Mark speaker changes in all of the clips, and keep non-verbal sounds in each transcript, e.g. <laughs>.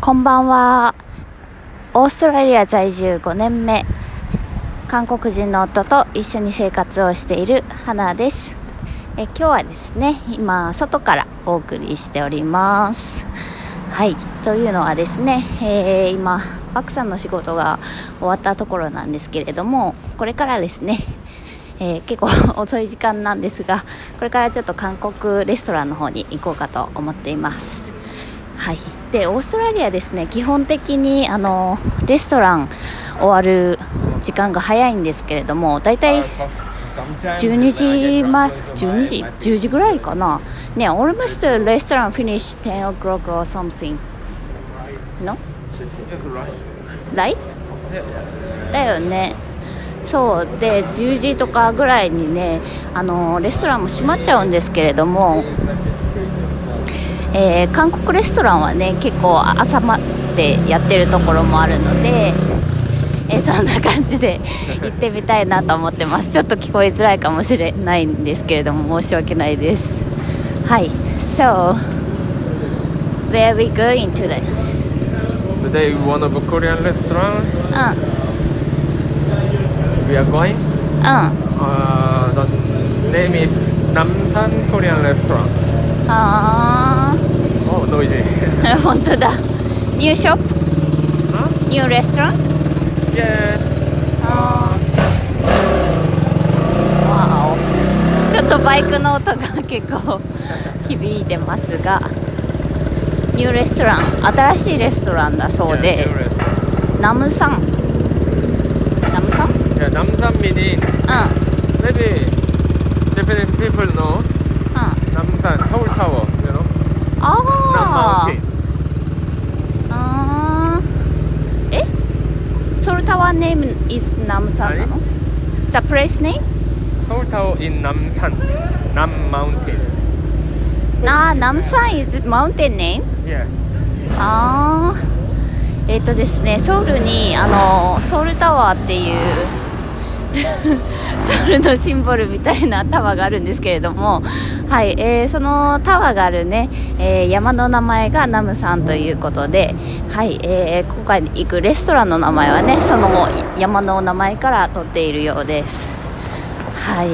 Speaker 1: こんばんは。オーストラリア在住5年目、韓国人の夫と一緒に生活をしている花です。え今日はですね、今、外からお送りしております。はい。というのはですね、えー今、バクさんの仕事が終わったところなんですけれども、これからですね、えー結構遅い時間なんですが、これからちょっと韓国レストランの方に行こうかと思っています。はい、でオーストラリアですね基本的にあのレストラン終わる時間が早いんですけれども大体12
Speaker 2: 12
Speaker 1: 時
Speaker 2: 時
Speaker 1: 前
Speaker 2: 前
Speaker 1: 12
Speaker 2: 12
Speaker 1: 時
Speaker 2: 時
Speaker 1: 10
Speaker 2: 10
Speaker 1: 時
Speaker 2: 時
Speaker 1: ぐ
Speaker 2: ぐ
Speaker 1: ら
Speaker 2: ら
Speaker 1: い
Speaker 2: い
Speaker 1: か
Speaker 2: か
Speaker 1: なね almost restaurant finish 10 o'clock or something no right だよねそうで10時とかぐらいにねあのレストランも閉まっちゃうんですけれどもえー韓国レストランはね結構朝までやってるところもあるので、えーそんな感じで行ってみたいなと思ってますちょっと聞こえづらいかもしれないんですけれども申し訳ないですはい So where we going today?
Speaker 2: Today we want to book Korean
Speaker 1: う
Speaker 2: restaurant.
Speaker 1: ん
Speaker 2: We are going.
Speaker 1: うんあ
Speaker 2: Uh, the name is Namsan Korean restaurant.
Speaker 1: あ
Speaker 2: Oh, noisy.
Speaker 1: ー <laughs> 本当だニューショップ
Speaker 2: huh?
Speaker 1: ニューレストラン
Speaker 2: Yeah.
Speaker 1: わおちょっとバイクの音が結構響いてますがニューレストラン新しいレストランだそう
Speaker 2: Yeah,
Speaker 1: で
Speaker 2: new restaurant.
Speaker 1: ナムさんナムさん
Speaker 2: Yeah, Namsan meaning
Speaker 1: う
Speaker 2: maybe Japanese people
Speaker 1: んう
Speaker 2: know
Speaker 1: ん
Speaker 2: Namsan Seoul Tower. You know,
Speaker 1: あ
Speaker 2: Nam Mountain.
Speaker 1: あーえソルタワーネーム is ナムさんなの The place name?
Speaker 2: Seoul Tower in Namsan, Nam Mountain.
Speaker 1: なナムさん is mountain name?
Speaker 2: Yeah.
Speaker 1: あーえっ、とですねソウルにあのソウルタワーっていう <laughs> ソウルのシンボルみたいなタワーがあるんですけれども、はいえーそのタワーがあるね、えー山の名前がナムさんということで、はいえー今回行くレストランの名前はねその山の名前から取っているようです。はい、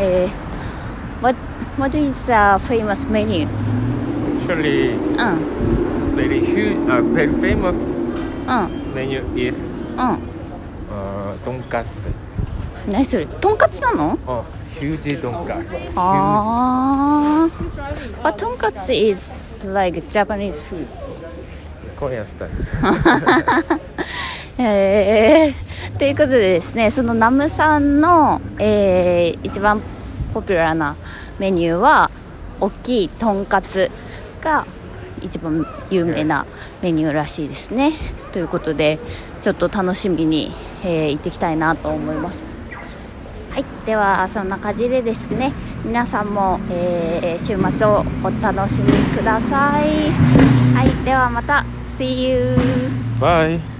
Speaker 1: えー What, what is the famous menu?
Speaker 2: Actually,
Speaker 1: うん、う
Speaker 2: very huge, uh, very famous
Speaker 1: ん、
Speaker 2: menu is
Speaker 1: うん。
Speaker 2: uh, tonkatsu.
Speaker 1: 何それとんかつなの
Speaker 2: Oh, huge tonkatsu.
Speaker 1: あーあとんかつ is like Japanese food
Speaker 2: Huge Korean style.
Speaker 1: <laughs> えー、ということでですねそのナムさんの、えー一番ポピュラーなメニューは大きいとんかつが一番有名なメニューらしいですねということでちょっと楽しみに、えー行ってきたいなと思いますはい、ではそんな感じでですね皆さんも、えー週末をお楽しみくださいはい、ではまた See you!
Speaker 2: Bye.